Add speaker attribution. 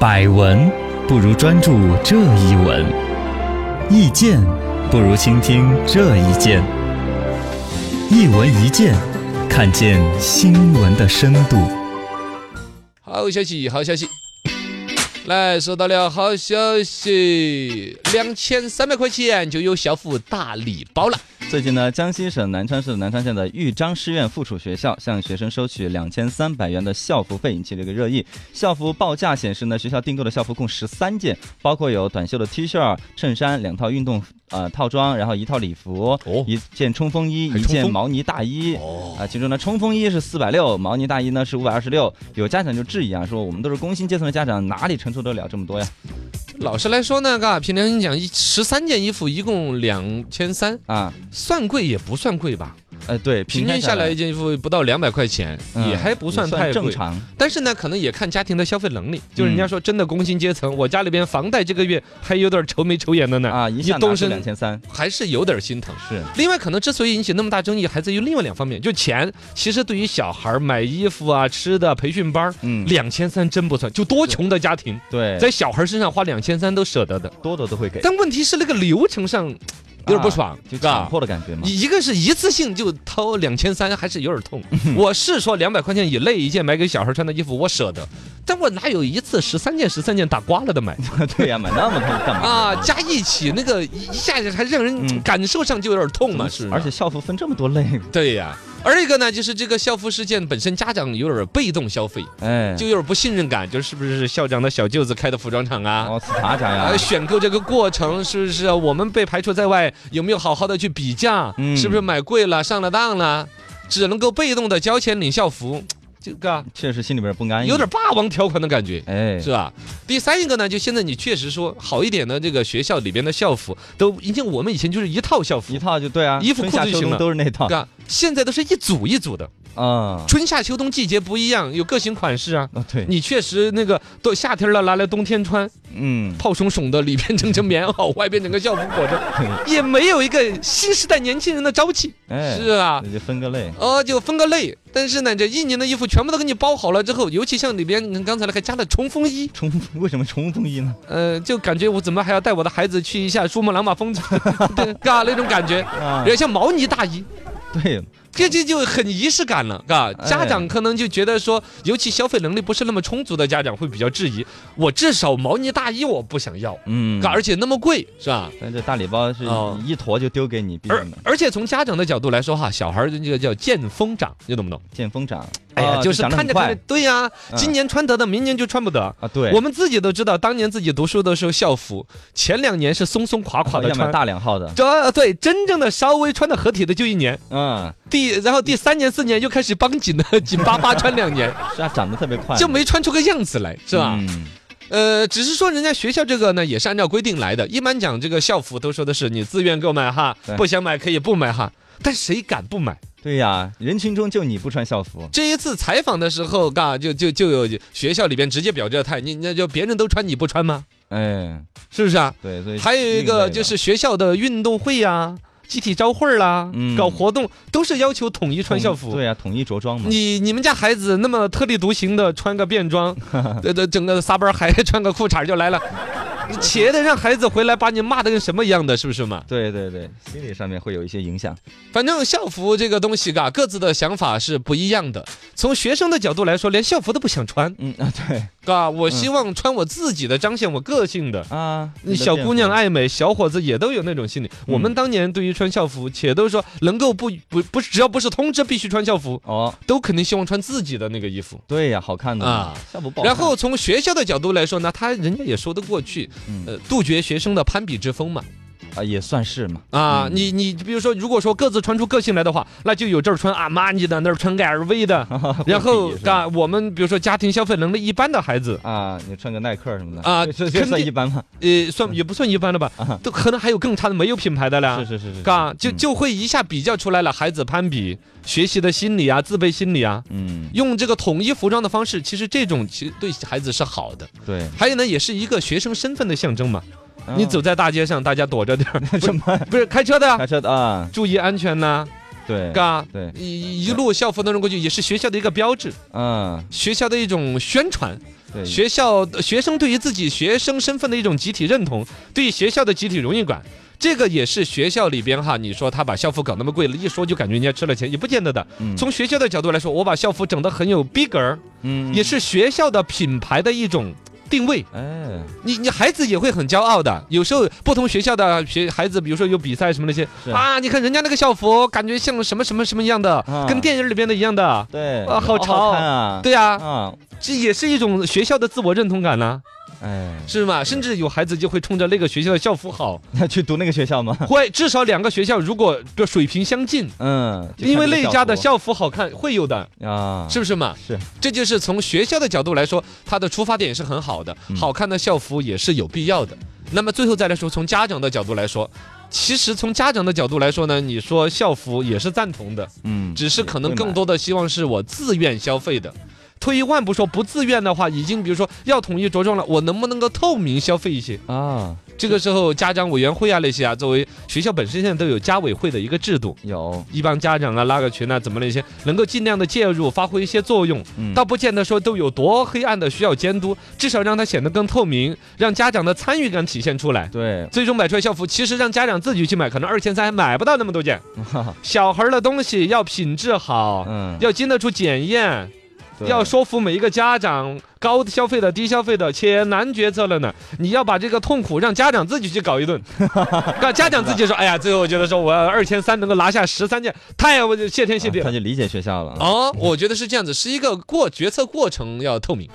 Speaker 1: 百闻不如专注这一闻，意见不如倾听这一见。一闻一见，看见新闻的深度。
Speaker 2: 好消息，好消息！来收到了好消息，两千三百块钱就有校服大礼包了。
Speaker 3: 最近呢，江西省南昌市南昌县的豫章师院附属学校向学生收取两千三百元的校服费，引起了一个热议。校服报价显示呢，学校订购的校服共十三件，包括有短袖的 T 恤、衬衫、两套运动呃套装，然后一套礼服、
Speaker 2: 哦
Speaker 3: 一件冲锋衣、
Speaker 2: 还
Speaker 3: 一
Speaker 2: 冲锋
Speaker 3: 件毛呢大衣。
Speaker 2: 哦，
Speaker 3: 啊，其中呢，冲锋衣是四百六，毛呢大衣呢是五百二十六。有家长就质疑啊，说我们都是工薪阶层的家长，哪里承受得了这么多呀？
Speaker 2: 老实来说呢，嘎，凭良心讲，一十三件衣服一共两千三，
Speaker 3: 啊，
Speaker 2: 算贵也不算贵吧？
Speaker 3: 呃，对，
Speaker 2: 平
Speaker 3: 摊
Speaker 2: 均下来一
Speaker 3: 来
Speaker 2: 件衣服不到两百块钱，
Speaker 3: 嗯
Speaker 2: 也还不算
Speaker 3: 算
Speaker 2: 太
Speaker 3: 正
Speaker 2: 贵。
Speaker 3: 常。
Speaker 2: 但是呢，可能也看家庭的消费能力。就是人
Speaker 3: 嗯
Speaker 2: 家说真的工薪阶层，我家里边房贷这个月还有点愁眉愁眼的呢，
Speaker 3: 啊，一下拿
Speaker 2: 动
Speaker 3: 出
Speaker 2: 身
Speaker 3: 两千三，
Speaker 2: 还是有点心疼。
Speaker 3: 是
Speaker 2: 另外，可能之所以引起那么大争议，还在于另外两方面，就钱。其实对于小孩儿买衣服啊、吃的、培训班儿，
Speaker 3: 嗯，
Speaker 2: 两千三真不算，就多穷的家庭，
Speaker 3: 对，
Speaker 2: 在小孩儿身上花两千三都舍得的。
Speaker 3: 多多都会给，
Speaker 2: 但问题是那个流程上有点不爽，
Speaker 3: 啊就
Speaker 2: 嘎
Speaker 3: 强迫的感觉嘛。
Speaker 2: 一个是一次性就掏两千三，还是有点痛。
Speaker 3: 嗯
Speaker 2: 我是说两百块钱以内一件买给小孩穿的衣服，我舍得。但我哪有一次十三件、十三件打刮了的 买
Speaker 3: 对呀，买那么多干嘛？
Speaker 2: 啊？加一起那个一下子还让人
Speaker 3: 嗯
Speaker 2: 感受上就有点痛嘛，是吧啊
Speaker 3: 而且校服分这么多类，
Speaker 2: 对呀、而一个呢，就是这个校服事件本身，家长有点被动消费，
Speaker 3: 哎，
Speaker 2: 就有点不信任感，就是不是校长的小舅子开的服装厂啊？
Speaker 3: 哦，死爬家
Speaker 2: 啊，
Speaker 3: 呀，
Speaker 2: 选购这个过程是不是我们被排除在外？有没有好好的去比价？
Speaker 3: 嗯
Speaker 2: 是不是买贵了、上了当了？只能够被动的交钱领校服，这个啊
Speaker 3: 确实心里边不安逸，
Speaker 2: 有点霸王条款的感觉。
Speaker 3: 哎，
Speaker 2: 是吧？第三一个呢，就现在你确实说好一点的这个学校里边的校服，都已经我们以前就是一套校服
Speaker 3: 一，套就对啊，
Speaker 2: 衣服
Speaker 3: 春
Speaker 2: 裤
Speaker 3: 夏
Speaker 2: 子就
Speaker 3: 秋
Speaker 2: 行了
Speaker 3: 冬都是那套，
Speaker 2: 啊，现在都是一组一组的，
Speaker 3: 啊，
Speaker 2: 春夏秋冬季节不一样，有各型款式啊。
Speaker 3: 哦对，
Speaker 2: 你确实那个都夏天了，拿来冬天穿，
Speaker 3: 嗯，
Speaker 2: 泡松松的，里边整成棉袄，外边整个校服裹 着，也没有一个新时代年轻人的朝气。
Speaker 3: 哎，
Speaker 2: 是啊，
Speaker 3: 那就分个类，
Speaker 2: 哦，就分个类。但是呢，这一年的衣服全部都给你包好了之后，尤其像里边你看刚才那个加了冲锋衣，
Speaker 3: 冲 为什么冲锋衣呢？
Speaker 2: 呃，就感觉我怎么还要带我的孩子去一下珠穆朗玛峰， 对，嘎那种感觉，
Speaker 3: 啊
Speaker 2: 有，点像毛呢大衣。
Speaker 3: 对，
Speaker 2: 这这就很仪式感了，嘎。
Speaker 3: 哎
Speaker 2: 家长可能就觉得说，尤其消费能力不是那么充足的家长会比较质疑，我至少毛呢大衣我不想要，
Speaker 3: 嗯
Speaker 2: 嘎，，而且那么贵，是吧？
Speaker 3: 但这大礼包是
Speaker 2: 哦
Speaker 3: 一坨就丢给你，毕
Speaker 2: 而
Speaker 3: 竟呢
Speaker 2: 而且从家长的角度来说哈，小孩儿这个叫见风长，你懂不懂？
Speaker 3: 见风长，
Speaker 2: 哎呀，
Speaker 3: 啊
Speaker 2: 就是
Speaker 3: 长得
Speaker 2: 看
Speaker 3: 很
Speaker 2: 着看着
Speaker 3: 快，
Speaker 2: 对呀、
Speaker 3: 嗯
Speaker 2: 今年穿得的，明年就穿不得。
Speaker 3: 啊，对，
Speaker 2: 我们自己都知道，当年自己读书的时候，校服前两年是松松垮垮
Speaker 3: 好
Speaker 2: 的
Speaker 3: 像买
Speaker 2: 穿，
Speaker 3: 大两号的，
Speaker 2: 这对真正的稍微穿的合体的就一年，
Speaker 3: 嗯，
Speaker 2: 第然后第三年四年又开始绷紧了，紧巴巴穿两年，
Speaker 3: 是啊，长得特别快，
Speaker 2: 就没啊穿出个样子来，是吧？
Speaker 3: 嗯
Speaker 2: 呃，只是说人家学校这个呢，也是按照规定来的。一般讲这个校服都说的是你自愿购买哈
Speaker 3: 对，
Speaker 2: 不想买可以不买哈。但谁敢不买？
Speaker 3: 对呀，人群中就你不穿校服，
Speaker 2: 这一次采访的时候，嘎就就就有学校里边直接表这态，你那就别人都穿你不穿吗？
Speaker 3: 哎，
Speaker 2: 是不是啊？
Speaker 3: 对，所以
Speaker 2: 还有一个就是学校的运动会呀、集体招会儿啦、
Speaker 3: 嗯
Speaker 2: 搞活动都是要求统一穿校服。
Speaker 3: 对呀、统一着装嘛。
Speaker 2: 你你们家孩子那么特立独行的穿个便 装，这这整个撒班儿还穿个裤衩儿就来了，你且得让孩子回来把你骂的跟什么一样的，是不是嘛？
Speaker 3: 对对对，心理上面会有一些影响。
Speaker 2: 反正校服这个东西嘎，各自的想法是不一样的。从学生的角度来说，连校服都不想穿，
Speaker 3: 嗯啊，对
Speaker 2: 嘎，我希望穿我自己的，彰显我个性的。 嗯
Speaker 3: 啊，
Speaker 2: 你小姑娘
Speaker 3: 爱
Speaker 2: 爱美，小伙子也都有那种心理。我们当年对于穿校服，且都说能够不不不是，只要不是通知必须穿校服，
Speaker 3: 哦，
Speaker 2: 都肯定希望穿自己的那个衣服。
Speaker 3: 对呀、好看的
Speaker 2: 啊，
Speaker 3: 校服不好看
Speaker 2: 然后从学校的角度来说呢，他人家也说得过去，
Speaker 3: 嗯
Speaker 2: 呃，杜绝学生的攀比之风嘛。
Speaker 3: 啊也算是嘛，
Speaker 2: 啊，
Speaker 3: 嗯
Speaker 2: 你你比如说，如果说各自穿出个性来的话，那就有这儿穿阿玛尼的，那儿穿个 LV 的，然后
Speaker 3: 是吧
Speaker 2: 啊，我们比如说家庭消费能力一般的孩子，
Speaker 3: 啊，你穿个耐克什么的
Speaker 2: 啊
Speaker 3: 这这
Speaker 2: 肯
Speaker 3: 算
Speaker 2: 定
Speaker 3: 一般吗？
Speaker 2: 呃，算也不算一般了吧，都可能还有更差的没有品牌的啦
Speaker 3: 嗯啊是。是是是，
Speaker 2: 嘎，就
Speaker 3: 嗯
Speaker 2: 就会一下比较出来了，孩子攀比、学习的心理啊、自卑心理啊，
Speaker 3: 嗯，
Speaker 2: 用这个统一服装的方式，其实这种其实对孩子是好的。
Speaker 3: 对，
Speaker 2: 还有呢，也是一个学生身份的象征嘛。
Speaker 3: 啊
Speaker 2: 你走在大街上，大家躲着点儿，
Speaker 3: 什么
Speaker 2: 不是开车的呀，
Speaker 3: 开车的啊？
Speaker 2: 注意安全呐，
Speaker 3: 对，
Speaker 2: 嘎。
Speaker 3: 对，
Speaker 2: 一一路校服弄过去，也是学校的一个标志，
Speaker 3: 嗯，
Speaker 2: 学校的一种宣传。
Speaker 3: 对，
Speaker 2: 学校学生对于自己学生身份的一种集体认同，对于学校的集体荣誉感，这个也是学校里边哈，你说他把校服搞那么贵了，一说就感觉人家吃了钱，也不见得的。
Speaker 3: 嗯
Speaker 2: 从学校的角度来说，我把校服整得很有逼格儿，
Speaker 3: 嗯
Speaker 2: 也是学校的品牌的一种定位。
Speaker 3: 哎，
Speaker 2: 你你孩子也会很骄傲的。有时候不同学校的学孩子，比如说有比赛什么那些
Speaker 3: 是
Speaker 2: 啊，你看人家那个校服，感觉像什么什么什么一样的，
Speaker 3: 啊
Speaker 2: 跟电影里边的一样的。
Speaker 3: 对
Speaker 2: 啊好潮
Speaker 3: 看啊，
Speaker 2: 对啊，
Speaker 3: 啊，
Speaker 2: 这也是一种学校的自我认同感呐、
Speaker 3: 哎，
Speaker 2: 是吗？甚至有孩子就会冲着那个学校的校服好，
Speaker 3: 那去读那个学校吗？
Speaker 2: 会至少两个学校如果的水平相近，
Speaker 3: 嗯，就
Speaker 2: 因为
Speaker 3: 看这个
Speaker 2: 那家的
Speaker 3: 校
Speaker 2: 校服好看，会有的，
Speaker 3: 服啊，
Speaker 2: 是不是嘛？
Speaker 3: 是，
Speaker 2: 这就是从学校的角度来说，它的出发点是很好的
Speaker 3: 嗯，
Speaker 2: 好看的校服也是有必要的。那么最后再来说，从家长的角度来说，其实从家长的角度来说呢，你说校服也是赞同的，
Speaker 3: 嗯，
Speaker 2: 只是可能
Speaker 3: 会买
Speaker 2: 更多的希望是我自愿消费的。退一万步说，不自愿的话，已经比如说要统一着装了，我能不能够透明消费一些？
Speaker 3: 啊，
Speaker 2: 这个时候，家长委员会啊那些啊，作为学校本身现在都有家委会的一个制度，
Speaker 3: 有，
Speaker 2: 一帮家长啊拉个群啊，怎么那些能够尽量的介入，发挥一些作用，
Speaker 3: 嗯，
Speaker 2: 倒不见得说都有多黑暗的需要监督，至少让它显得更透明，让家长的参与感体现出来。
Speaker 3: 对，
Speaker 2: 最终买出来校服，其实让家长自己去买，可能二千三还买不到那么多 件。小孩儿的东西要品质好，
Speaker 3: 嗯，
Speaker 2: 要经得住检验，
Speaker 3: 对
Speaker 2: 啊要说服每一个家长，高消费的、低消费的，且难决策了呢。你要把这个痛苦让家长自己去搞一 顿，让家长自己说，哎呀，最后我觉得说我二千三能够拿下十三件，太我就谢天谢地
Speaker 3: 啊他
Speaker 2: 了。
Speaker 3: 就理解学校了。
Speaker 2: 哦，我觉得是这样子，是一个过决策过程要透明。